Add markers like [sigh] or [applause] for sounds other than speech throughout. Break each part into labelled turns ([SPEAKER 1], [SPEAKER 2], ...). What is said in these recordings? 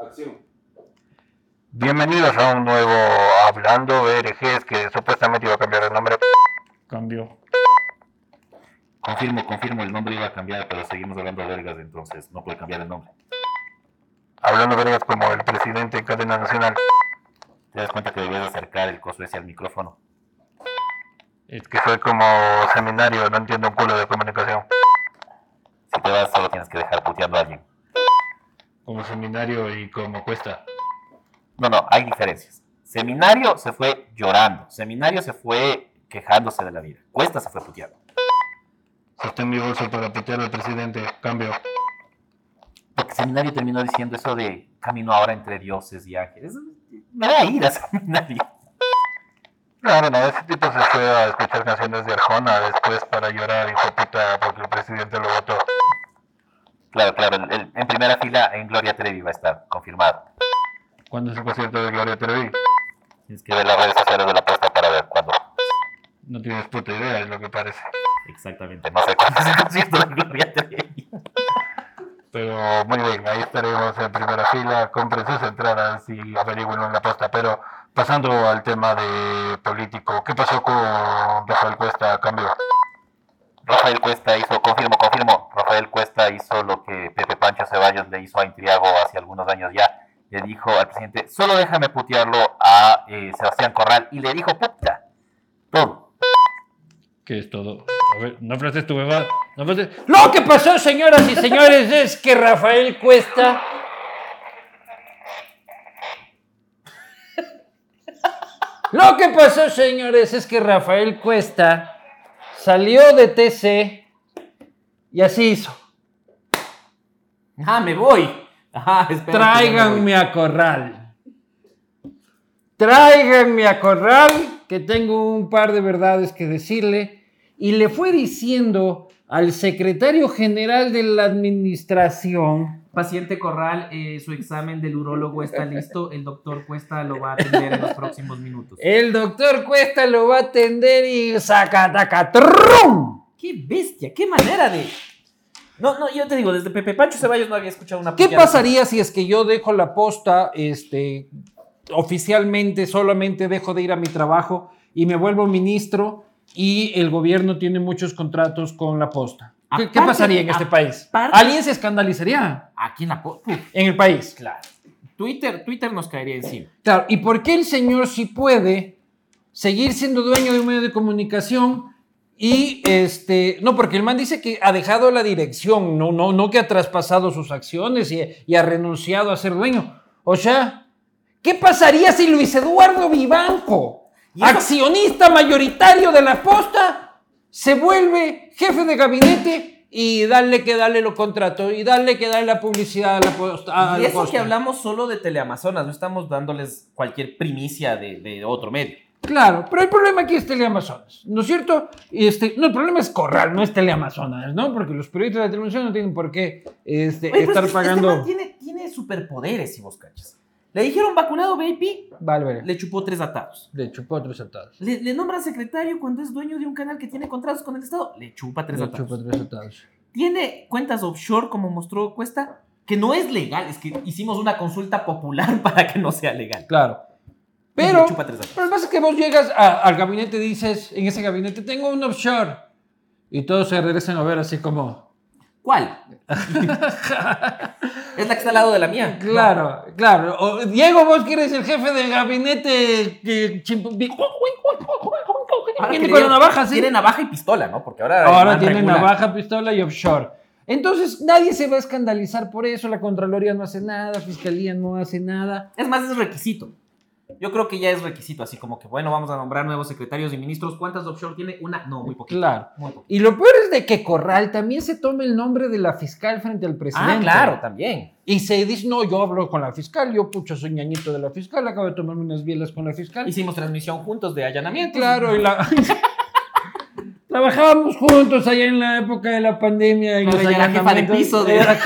[SPEAKER 1] Acción.
[SPEAKER 2] Bienvenidos a un nuevo Hablando de herejes que supuestamente iba a cambiar el nombre.
[SPEAKER 3] Cambió.
[SPEAKER 4] Confirmo, confirmo, el nombre iba a cambiar, pero seguimos hablando vergas, entonces no puede cambiar el nombre.
[SPEAKER 2] Hablando vergas como el presidente en cadena nacional.
[SPEAKER 4] Te das cuenta que deberías acercar el coso ese al micrófono.
[SPEAKER 2] Que soy como seminario, no entiendo un culo de comunicación.
[SPEAKER 4] Si te vas, solo tienes que dejar puteando a alguien.
[SPEAKER 3] Como seminario y como cuesta.
[SPEAKER 4] No, no, hay diferencias. Seminario se fue llorando. Seminario se fue quejándose de la vida. Cuesta se fue puteando.
[SPEAKER 2] Sostén mi bolso para putear al presidente. Cambio.
[SPEAKER 4] Porque Seminario terminó diciendo eso de camino ahora entre dioses y ángeles. Me da ira Seminario.
[SPEAKER 2] Claro, no, ese tipo se fue a escuchar canciones de Arjona después para llorar, hijo de puta, porque el presidente lo votó.
[SPEAKER 4] Claro, claro, el- el- en primera fila en Gloria Trevi va a estar, confirmado.
[SPEAKER 2] ¿Cuándo es el concierto de Gloria Trevi?
[SPEAKER 4] Tienes que ver las redes sociales de la posta para ver cuándo.
[SPEAKER 2] No tienes puta idea, es lo que parece.
[SPEAKER 4] Exactamente, no sé cuándo es el concierto de Gloria Trevi.
[SPEAKER 2] Pero muy bien, ahí estaremos en primera fila, compren sus entradas y averigüen en la posta. Pero pasando al tema de político, ¿qué pasó con Rafael Cuesta? Cambio.
[SPEAKER 4] Rafael Cuesta hizo, confirmo, confirmo, Rafael Cuesta hizo lo que Pepe Pancho Ceballos le hizo a Intriago hace algunos años ya. Le dijo al presidente, solo déjame putearlo a eh, Sebastián Corral. Y le dijo, puta, todo.
[SPEAKER 3] que es todo? A ver, no frases tu beba. No frases- Lo que pasó, señoras y señores, es que Rafael Cuesta. Lo que pasó, señores, es que Rafael Cuesta salió de TC y así hizo.
[SPEAKER 5] Ah, me voy. Ajá, espera.
[SPEAKER 3] Tráiganme a Corral. Tráiganme a Corral, que tengo un par de verdades que decirle. Y le fue diciendo al secretario general de la administración.
[SPEAKER 5] Paciente Corral, eh, su examen del urólogo
[SPEAKER 3] [laughs]
[SPEAKER 5] está listo. El doctor Cuesta lo va a atender en los próximos minutos.
[SPEAKER 3] El doctor Cuesta lo va a atender y sacatacatrum.
[SPEAKER 5] ¡Qué bestia! ¡Qué manera de...! No, no, yo te digo, desde Pepe Pancho Ceballos no había escuchado una
[SPEAKER 3] ¿Qué
[SPEAKER 5] puteada.
[SPEAKER 3] pasaría si es que yo dejo la posta, este, oficialmente solamente dejo de ir a mi trabajo y me vuelvo ministro y el gobierno tiene muchos contratos con la posta? ¿Qué, qué
[SPEAKER 5] Aparte-
[SPEAKER 3] pasaría en este país?
[SPEAKER 5] aparte-
[SPEAKER 3] ¿Alguien se escandalizaría
[SPEAKER 5] Aquí en la... po- Uf,
[SPEAKER 3] en el país? Claro.
[SPEAKER 5] Twitter, Twitter nos caería encima.
[SPEAKER 3] Claro, ¿y por qué el señor sí puede seguir siendo dueño de un medio de comunicación y este, no, porque el man dice que ha dejado la dirección, no, no, no que ha traspasado sus acciones y, y ha renunciado a ser dueño. O sea, ¿qué pasaría si Luis Eduardo Vivanco,
[SPEAKER 5] Y eso-
[SPEAKER 3] accionista mayoritario de la posta, se vuelve jefe de gabinete y darle que darle los contratos y darle que darle la publicidad a la posta? a
[SPEAKER 5] y
[SPEAKER 3] la
[SPEAKER 5] eso que
[SPEAKER 3] Posta?
[SPEAKER 5] hablamos solo de Teleamazonas, no estamos dándoles cualquier primicia de, de otro medio.
[SPEAKER 3] Eh, Claro, pero el problema aquí es Teleamazonas, ¿no es cierto? Este, no, el problema es Corral, no es Teleamazonas, ¿no? Porque los periodistas de televisión no tienen por qué este,
[SPEAKER 5] Oye, pero
[SPEAKER 3] estar
[SPEAKER 5] es que este
[SPEAKER 3] pagando.
[SPEAKER 5] man tiene, tiene superpoderes, si vos cachas. Le dijeron vacunado, baby,
[SPEAKER 3] Vale, vale.
[SPEAKER 5] le chupó tres atados.
[SPEAKER 3] Le chupó tres atados.
[SPEAKER 5] Le, le nombran secretario cuando es dueño de un canal que tiene contratos con el Estado, le chupa tres
[SPEAKER 3] Le
[SPEAKER 5] atados.
[SPEAKER 3] chupó tres atados.
[SPEAKER 5] Tiene cuentas offshore, como mostró Cuesta, que no es legal, es que hicimos una consulta popular [laughs] para que no sea legal.
[SPEAKER 3] Claro.
[SPEAKER 5] Y
[SPEAKER 3] Pero,
[SPEAKER 5] le chupa tres atados.
[SPEAKER 3] pero lo que pasa es que vos llegas a- al gabinete y dices, en ese gabinete tengo un offshore. Y todos se regresan a ver así como. [laughs]
[SPEAKER 5] ¿Cuál? es la que está al lado de la mía.
[SPEAKER 3] Claro, claro. O, Diego, vos que eres el jefe del gabinete. Que, chimpu-
[SPEAKER 5] Ahora
[SPEAKER 3] Viene
[SPEAKER 5] que
[SPEAKER 3] con
[SPEAKER 5] le-
[SPEAKER 3] la navaja, sí.
[SPEAKER 5] Tiene navaja y pistola, ¿no? Porque ahora.
[SPEAKER 3] Ahora
[SPEAKER 5] el man
[SPEAKER 3] tienen
[SPEAKER 5] regula.
[SPEAKER 3] navaja, pistola y offshore. Entonces nadie se va a escandalizar por eso, la Contraloría no hace nada, Fiscalía no hace nada.
[SPEAKER 5] Es más, es requisito. Yo creo que ya es requisito, así como que, bueno, vamos a nombrar nuevos secretarios y ministros. ¿Cuántas offshore tiene? Una, no, muy poquito.
[SPEAKER 3] Claro.
[SPEAKER 5] Muy poquito.
[SPEAKER 3] Y lo peor es de que Corral también se tome el nombre de la fiscal frente al presidente.
[SPEAKER 5] Ah, claro, también.
[SPEAKER 3] Y se dice, no, yo hablo con la fiscal, yo pucho soy ñañito de la fiscal, acabo de tomarme unas bielas con la fiscal.
[SPEAKER 5] Hicimos transmisión juntos de allanamiento.
[SPEAKER 3] Claro, y la... [laughs] Trabajábamos juntos allá en la época de la pandemia. En
[SPEAKER 5] Claro, ella era Pues jefa de
[SPEAKER 3] allanamientos.
[SPEAKER 5] piso de-
[SPEAKER 6] [laughs]
[SPEAKER 3] Era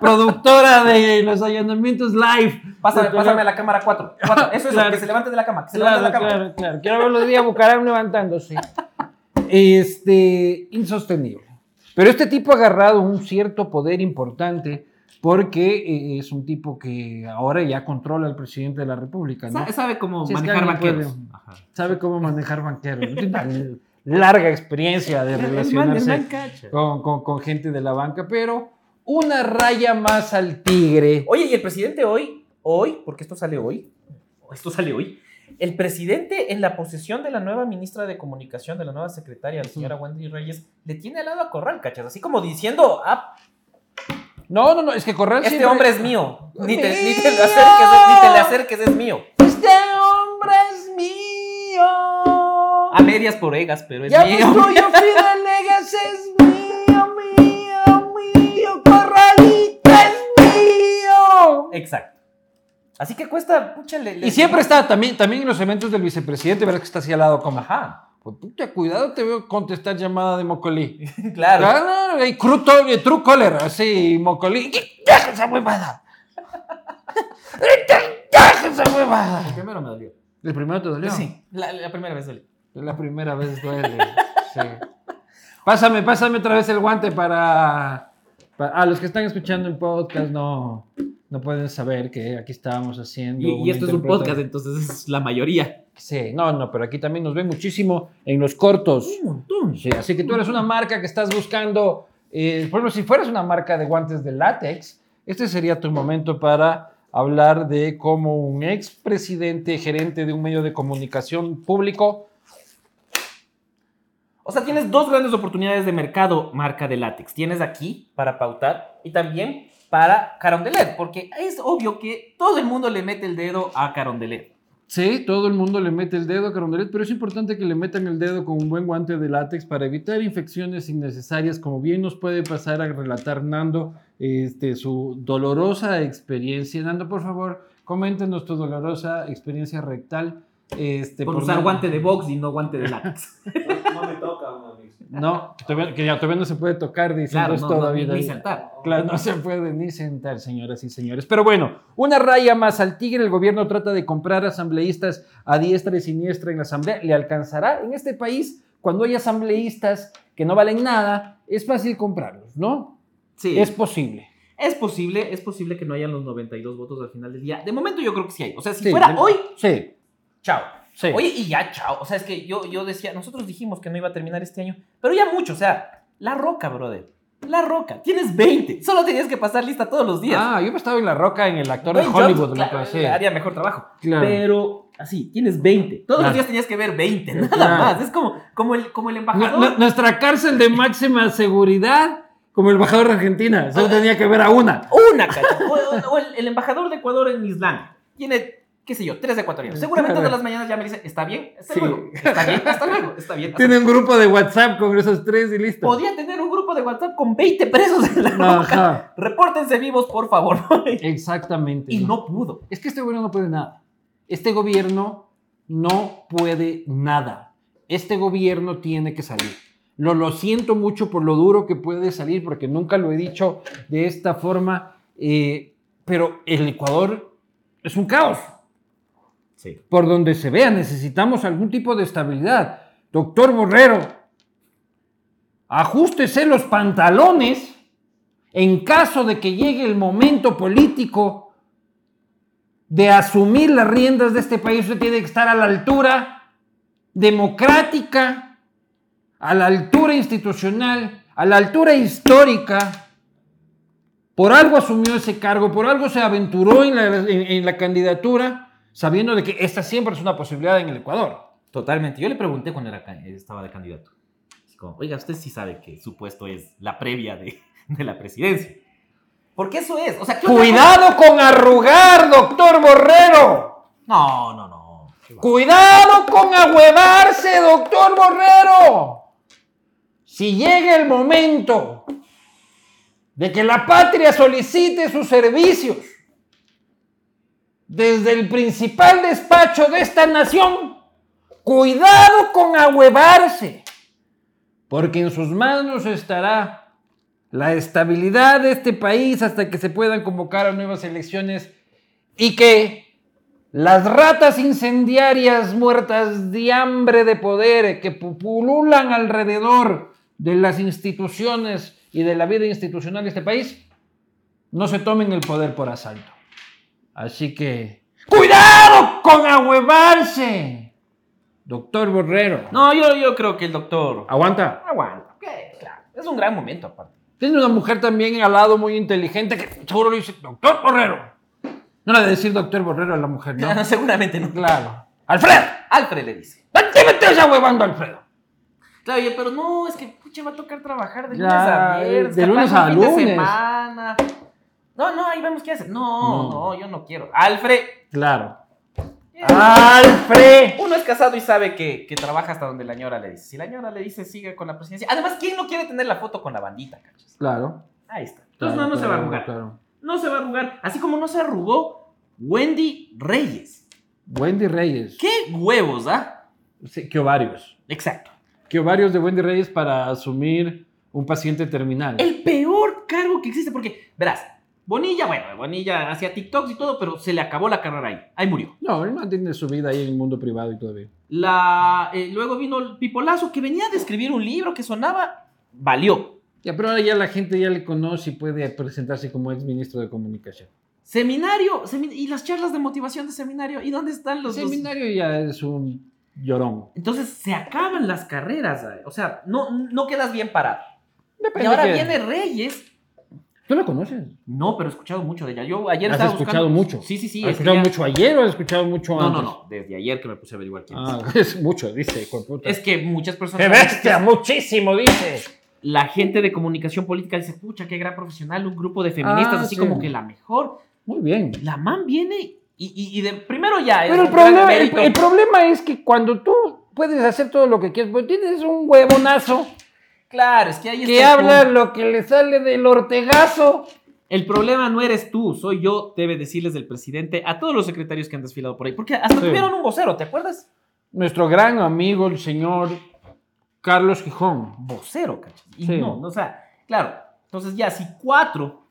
[SPEAKER 3] productora de los allanamientos live.
[SPEAKER 5] Pásame,
[SPEAKER 3] Porque la-
[SPEAKER 5] pásame a la cámara 4. Eso es,
[SPEAKER 3] Claro.
[SPEAKER 5] que se levante de la cama. Que se levante de
[SPEAKER 3] Claro,
[SPEAKER 5] la cama.
[SPEAKER 3] claro, claro. Quiero ver los días Bucaram levantándose. Este, insostenible. Pero este tipo ha agarrado un cierto poder importante porque eh, es un tipo que ahora ya controla al presidente de la República, ¿no?
[SPEAKER 6] Sa- Sabe cómo
[SPEAKER 3] Si es que
[SPEAKER 6] manejar
[SPEAKER 3] alguien
[SPEAKER 6] vaqueros.
[SPEAKER 3] puede.
[SPEAKER 6] Ajá.
[SPEAKER 3] Sabe cómo manejar banqueros. Tiene una larga experiencia de
[SPEAKER 6] El man- el
[SPEAKER 3] relacionarse
[SPEAKER 6] man cacha.
[SPEAKER 3] con, con- con gente de la banca, pero una raya más al tigre.
[SPEAKER 5] Oye, y el presidente hoy, hoy, porque esto sale hoy,
[SPEAKER 6] Esto sale hoy.
[SPEAKER 5] el presidente en la posesión de la nueva ministra de comunicación, de la nueva secretaria, la señora Wendy Reyes, le tiene al lado a Corral, cachas, así como diciendo, ah,
[SPEAKER 3] No, no, no, es que Corral
[SPEAKER 5] este
[SPEAKER 3] siempre-
[SPEAKER 5] hombre es mío, ni te, ni
[SPEAKER 3] ¡Mío!
[SPEAKER 5] te le acerques, ni te le acerques, es mío.
[SPEAKER 3] Este hombre es mío.
[SPEAKER 6] A medias por Egas, pero es
[SPEAKER 3] Ya pues,
[SPEAKER 6] mío.
[SPEAKER 3] busco yo [laughs] Fidelegas, es mío, mío, mío. Corralito es mío.
[SPEAKER 5] Exacto. Así que cuesta, pucha, le- le-
[SPEAKER 3] Y siempre está, también, también en los eventos del vicepresidente, verás que está así al lado como...
[SPEAKER 5] Ajá,
[SPEAKER 3] Pues puta, cuidado, te veo contestar llamada de Mocolí. Ah,
[SPEAKER 5] claro.
[SPEAKER 6] ¿Ah?
[SPEAKER 3] Claro, y cru- to- y true caller, así, Mocolí. ¿Qué deja esa huevada? ¿Qué deja esa
[SPEAKER 5] El
[SPEAKER 3] huevada?
[SPEAKER 5] primero me dolió.
[SPEAKER 3] ¿El primero te dolió?
[SPEAKER 5] Sí, la, la primera vez dolió.
[SPEAKER 3] Es la primera vez duele. sí. Pásame, pásame otra vez el guante para, para- A los que están escuchando en podcast no, no pueden saber que aquí estábamos haciendo.
[SPEAKER 6] Y, y
[SPEAKER 3] una
[SPEAKER 6] esto es un
[SPEAKER 3] interpreta-
[SPEAKER 6] podcast, entonces es la mayoría.
[SPEAKER 3] Sí, no, no, pero aquí también nos ven muchísimo en los cortos.
[SPEAKER 6] Un montón.
[SPEAKER 3] Sí, así que tú eres una marca que estás buscando. eh, por ejemplo, si fueras una marca de guantes de látex, este sería tu momento para hablar de cómo un expresidente gerente de un medio de comunicación público.
[SPEAKER 5] O sea, tienes dos grandes oportunidades de mercado, marca de látex. Tienes aquí para pautar y también para Carondelet, porque es obvio que todo el mundo le mete el dedo a Carondelet.
[SPEAKER 3] Sí, todo el mundo le mete el dedo a Carondelet, pero es importante que le metan el dedo con un buen guante de látex para evitar infecciones innecesarias, como bien nos puede pasar a relatar Nando este, su dolorosa experiencia. Nando, por favor, coméntanos tu dolorosa experiencia rectal. Este,
[SPEAKER 6] Por
[SPEAKER 3] por
[SPEAKER 6] usar
[SPEAKER 3] medio-
[SPEAKER 6] guante de box y no guante de látex.
[SPEAKER 1] No me toca, mami.
[SPEAKER 3] No, que todavía, que ya todavía no se puede tocar, dice.
[SPEAKER 6] claro,
[SPEAKER 3] entonces
[SPEAKER 6] no, no,
[SPEAKER 3] todavía.
[SPEAKER 6] ni, ni sentar.
[SPEAKER 3] Claro, no se puede ni sentar, señoras y señores. Pero bueno, una raya más al tigre. El gobierno trata de comprar asambleístas a diestra y siniestra en la asamblea. ¿Le alcanzará? En este país, cuando hay asambleístas que no valen nada, es fácil comprarlos, ¿no?
[SPEAKER 6] [laughs] Sí.
[SPEAKER 3] Es posible.
[SPEAKER 6] Es posible, es posible que no hayan los 92 votos al final del día. De momento yo creo que sí hay. O sea, si
[SPEAKER 3] Sí,
[SPEAKER 6] fuera
[SPEAKER 3] de-
[SPEAKER 6] hoy,
[SPEAKER 3] Sí,
[SPEAKER 5] Chao.
[SPEAKER 3] sí.
[SPEAKER 5] Oye, y ya, chao. O sea, es que yo, yo decía, nosotros dijimos que no iba a terminar este año, pero ya mucho. O sea, la roca, brother. La roca. Tienes 20. Solo tenías que pasar lista todos los días.
[SPEAKER 3] ah, yo me estaba en la roca en el actor de
[SPEAKER 5] Dwayne
[SPEAKER 3] Hollywood.
[SPEAKER 5] Johnson,
[SPEAKER 3] loco,
[SPEAKER 5] claro,
[SPEAKER 3] sí.
[SPEAKER 5] haría mejor trabajo.
[SPEAKER 3] Claro.
[SPEAKER 6] pero así, tienes 20. Todos
[SPEAKER 3] Claro.
[SPEAKER 6] los días tenías que ver 20, nada
[SPEAKER 3] Claro.
[SPEAKER 6] más. Es como, como, el, como el embajador.
[SPEAKER 3] Nu- nu- nuestra cárcel de máxima seguridad, como el embajador de Argentina,
[SPEAKER 5] Ah.
[SPEAKER 3] solo tenía que ver a una.
[SPEAKER 5] Una, cacha. O, o- o el, el embajador de Ecuador en Islandia. Tiene, qué sé yo, tres ecuatorianos. Seguramente todas las mañanas ya me dice, ¿está bien? ¿Está
[SPEAKER 3] Sí.
[SPEAKER 5] luego? ¿Está bien? ¿Está luego?
[SPEAKER 3] [laughs]
[SPEAKER 5] ¿Está bien? Hasta-
[SPEAKER 3] Tiene un grupo de WhatsApp con esos tres y listo.
[SPEAKER 5] Podía tener un grupo de WhatsApp con 20 presos en la roca.
[SPEAKER 3] Ajá,
[SPEAKER 5] Repórtense vivos,
[SPEAKER 3] [laughs]
[SPEAKER 5] por favor.
[SPEAKER 3] exactamente.
[SPEAKER 5] y no pudo.
[SPEAKER 3] Es que este gobierno no puede nada. Este gobierno no puede nada. Este gobierno tiene que salir. Lo, lo siento mucho por lo duro que puede salir, porque nunca lo he dicho de esta forma, eh, pero el Ecuador es un caos.
[SPEAKER 6] Sí.
[SPEAKER 3] Por donde se vea, necesitamos algún tipo de estabilidad. Doctor Borrero, ajustese los pantalones en caso de que llegue el momento político de asumir las riendas de este país, usted tiene que estar a la altura democrática, a la altura institucional, a la altura histórica. Por algo asumió ese cargo, por algo se aventuró en la, en- en la candidatura, sabiendo de que esta siempre es una posibilidad en el Ecuador.
[SPEAKER 6] Totalmente. Yo le pregunté cuando era, ca- estaba de candidato. Así como, Oiga, usted sí sabe que su puesto es la
[SPEAKER 5] [laughs]
[SPEAKER 6] previa de, de la presidencia.
[SPEAKER 5] Porque eso es. O sea, ¿qué otra
[SPEAKER 3] Cuidado con arrugar, doctor Borrero.
[SPEAKER 6] No, no, no. Qué va.
[SPEAKER 3] Cuidado con ahuevarse, doctor Borrero. Si llega el momento de que la patria solicite sus servicios desde el principal despacho de esta nación, cuidado con ahuevarse, porque en sus manos estará la estabilidad de este país hasta que se puedan convocar a nuevas elecciones y que las ratas incendiarias muertas de hambre de poder que pu- pululan alrededor de las instituciones y de la vida institucional de este país no se tomen el poder por asalto. Así que, ¡cuidado con ahuevarse! Doctor Borrero.
[SPEAKER 5] No, yo, yo creo que el doctor.
[SPEAKER 3] Aguanta.
[SPEAKER 5] Aguanta. que, claro, Es un gran momento, aparte.
[SPEAKER 3] Tiene una mujer también al lado muy inteligente que seguro le dice, doctor Borrero. No le ha de decir doctor Borrero a la mujer,
[SPEAKER 5] [laughs]
[SPEAKER 3] ¿no?
[SPEAKER 5] Seguramente no.
[SPEAKER 3] claro. Alfredo,
[SPEAKER 5] Alfred le dice.
[SPEAKER 3] ¿dónde te metes ahuevando, Alfredo?
[SPEAKER 5] Claro, oye, pero no, es que pucha va a tocar trabajar de
[SPEAKER 3] Ya,
[SPEAKER 5] lunes a viernes.
[SPEAKER 3] de lunes a
[SPEAKER 5] capaz un fin de
[SPEAKER 3] lunes.
[SPEAKER 5] semana. No, no, ahí vemos qué hacer. No,
[SPEAKER 3] No.
[SPEAKER 5] no, yo no quiero. Alfred.
[SPEAKER 3] Claro. ¡Alfred!
[SPEAKER 5] Ah. Uno es casado y sabe que, que trabaja hasta donde la ñora le dice. Si la ñora le dice, siga con la presidencia. Además, ¿quién no quiere tener la foto con la bandita, cachas?
[SPEAKER 3] Claro.
[SPEAKER 5] Ahí está.
[SPEAKER 3] claro,
[SPEAKER 5] Entonces no, no se va a
[SPEAKER 3] claro,
[SPEAKER 5] arrugar.
[SPEAKER 3] claro.
[SPEAKER 5] No se va a arrugar. Así como no se arrugó Wendy Reyes.
[SPEAKER 3] Wendy Reyes.
[SPEAKER 5] ¡Qué huevos, ah!
[SPEAKER 3] Sí, que ovarios.
[SPEAKER 5] Exacto.
[SPEAKER 3] Que ovarios de Wendy Reyes para asumir un paciente terminal.
[SPEAKER 5] El peor cargo que existe, porque, verás, Bonilla, bueno, Bonilla hacía TikToks y todo, pero se le acabó la carrera ahí. Ahí murió.
[SPEAKER 3] No, él mantiene su vida ahí en el mundo privado y todavía.
[SPEAKER 5] La, eh, luego vino el Pipolazo, que venía de escribir un libro que sonaba. Valió.
[SPEAKER 3] Ya, pero ahora ya la gente ya le conoce y puede presentarse como ex ministro de comunicación.
[SPEAKER 5] Seminario, semi- y las charlas de motivación de seminario. ¿Y dónde están
[SPEAKER 3] El
[SPEAKER 5] los, los-
[SPEAKER 3] seminario ya es un llorón.
[SPEAKER 5] Entonces se acaban las carreras. ah, O sea, no, no quedas bien parado.
[SPEAKER 3] Depende
[SPEAKER 5] Y ahora
[SPEAKER 3] que-
[SPEAKER 5] viene Reyes,
[SPEAKER 3] ¿Tú la conoces?
[SPEAKER 5] No, pero he escuchado mucho de ella. Yo ayer
[SPEAKER 3] ¿Has
[SPEAKER 5] estaba
[SPEAKER 3] escuchado
[SPEAKER 5] buscando-
[SPEAKER 3] mucho?
[SPEAKER 5] Sí, sí, sí.
[SPEAKER 3] ¿Has
[SPEAKER 5] es que
[SPEAKER 3] escuchado
[SPEAKER 5] ya-
[SPEAKER 3] mucho ayer o has escuchado mucho
[SPEAKER 5] No, no,
[SPEAKER 3] antes?
[SPEAKER 5] no. Desde ayer que me puse a averiguar quién es.
[SPEAKER 3] Ah, [laughs] es mucho, dice. hijo de puta.
[SPEAKER 5] Es que muchas personas.
[SPEAKER 3] ¡Qué bestia! ¡Muchísimo, dice!
[SPEAKER 5] La gente de comunicación política dice, pucha, qué gran profesional, un grupo de feministas,
[SPEAKER 3] Ah,
[SPEAKER 5] así
[SPEAKER 3] sí.
[SPEAKER 5] como que la mejor.
[SPEAKER 3] Muy bien.
[SPEAKER 5] La man viene y, y- y de primero ya. es
[SPEAKER 3] Pero el
[SPEAKER 5] un gran
[SPEAKER 3] problema, el,
[SPEAKER 5] mérito.
[SPEAKER 3] el problema es que cuando tú puedes hacer todo lo que quieres, pues tienes un huevonazo
[SPEAKER 5] Claro, es que ahí
[SPEAKER 3] que
[SPEAKER 5] está el
[SPEAKER 3] habla
[SPEAKER 5] punto.
[SPEAKER 3] lo que le sale del ortegazo.
[SPEAKER 5] El problema no eres tú, soy yo, debe decirles el presidente a todos los secretarios que han desfilado por ahí. Porque hasta
[SPEAKER 3] Sí.
[SPEAKER 5] tuvieron un vocero, ¿te acuerdas?
[SPEAKER 3] Nuestro gran amigo, el señor Carlos Gijón.
[SPEAKER 5] vocero, ¿cachas? Y
[SPEAKER 3] Sí.
[SPEAKER 5] no, no, o sea, claro. Entonces ya, si cuatro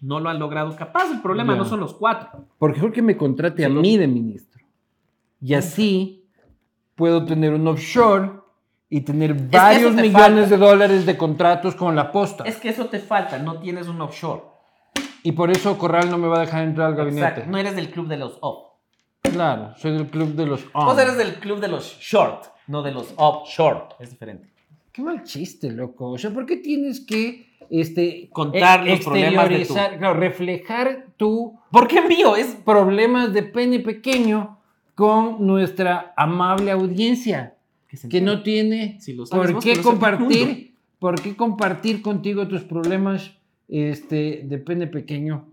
[SPEAKER 5] no lo han logrado, capaz el problema
[SPEAKER 3] Ya.
[SPEAKER 5] no son los cuatro.
[SPEAKER 3] Por favor que me contrate a
[SPEAKER 5] Sí.
[SPEAKER 3] mí de ministro. Y así puedo tener un offshore y tener varios
[SPEAKER 5] te
[SPEAKER 3] millones
[SPEAKER 5] falta.
[SPEAKER 3] de dólares de contratos con la posta.
[SPEAKER 5] Es que eso te falta, no tienes un offshore.
[SPEAKER 3] Y por eso Corral no me va a dejar entrar al gabinete.
[SPEAKER 5] Exacto, no eres del club de los off.
[SPEAKER 3] Claro, soy del club de los...
[SPEAKER 5] Vos
[SPEAKER 3] on.
[SPEAKER 5] eres del club de los short, no de los offshore. Es diferente.
[SPEAKER 3] Ah. Qué mal chiste, loco. O sea, ¿por qué tienes que este,
[SPEAKER 5] Contar
[SPEAKER 3] e-
[SPEAKER 5] los problemas de tu-
[SPEAKER 3] exteriorizar, claro, reflejar tu
[SPEAKER 5] ¿Por qué envío? Es
[SPEAKER 3] problemas de pene pequeño con nuestra amable audiencia
[SPEAKER 5] se
[SPEAKER 3] que no tiene
[SPEAKER 5] Si lo sabes
[SPEAKER 3] por
[SPEAKER 5] vos, que
[SPEAKER 3] qué
[SPEAKER 5] lo sepa el mundo.
[SPEAKER 3] compartir, por qué compartir contigo tus problemas este, de pene pequeño.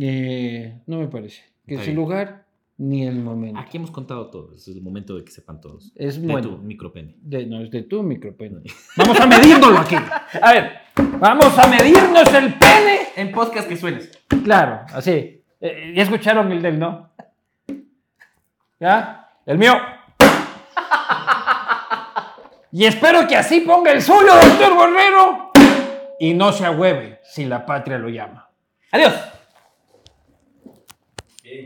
[SPEAKER 3] Eh, no me parece que
[SPEAKER 5] Está
[SPEAKER 3] es el
[SPEAKER 5] bien.
[SPEAKER 3] lugar ni el momento.
[SPEAKER 5] Aquí hemos contado todo. Es el momento de que sepan todos.
[SPEAKER 3] Es
[SPEAKER 5] De tu
[SPEAKER 3] bueno.
[SPEAKER 5] micropene.
[SPEAKER 3] De, no, es de tu micropene.
[SPEAKER 5] [laughs]
[SPEAKER 3] Vamos a medírnoslo aquí. A ver, vamos a medirnos el pene.
[SPEAKER 5] En podcast que suenes.
[SPEAKER 3] Claro, así. Eh, ya escucharon el del, ¿no? ¿Ya? El mío. Y espero que así ponga el suyo, doctor Borrero. Y no se ahueve si la patria lo llama.
[SPEAKER 5] Adiós.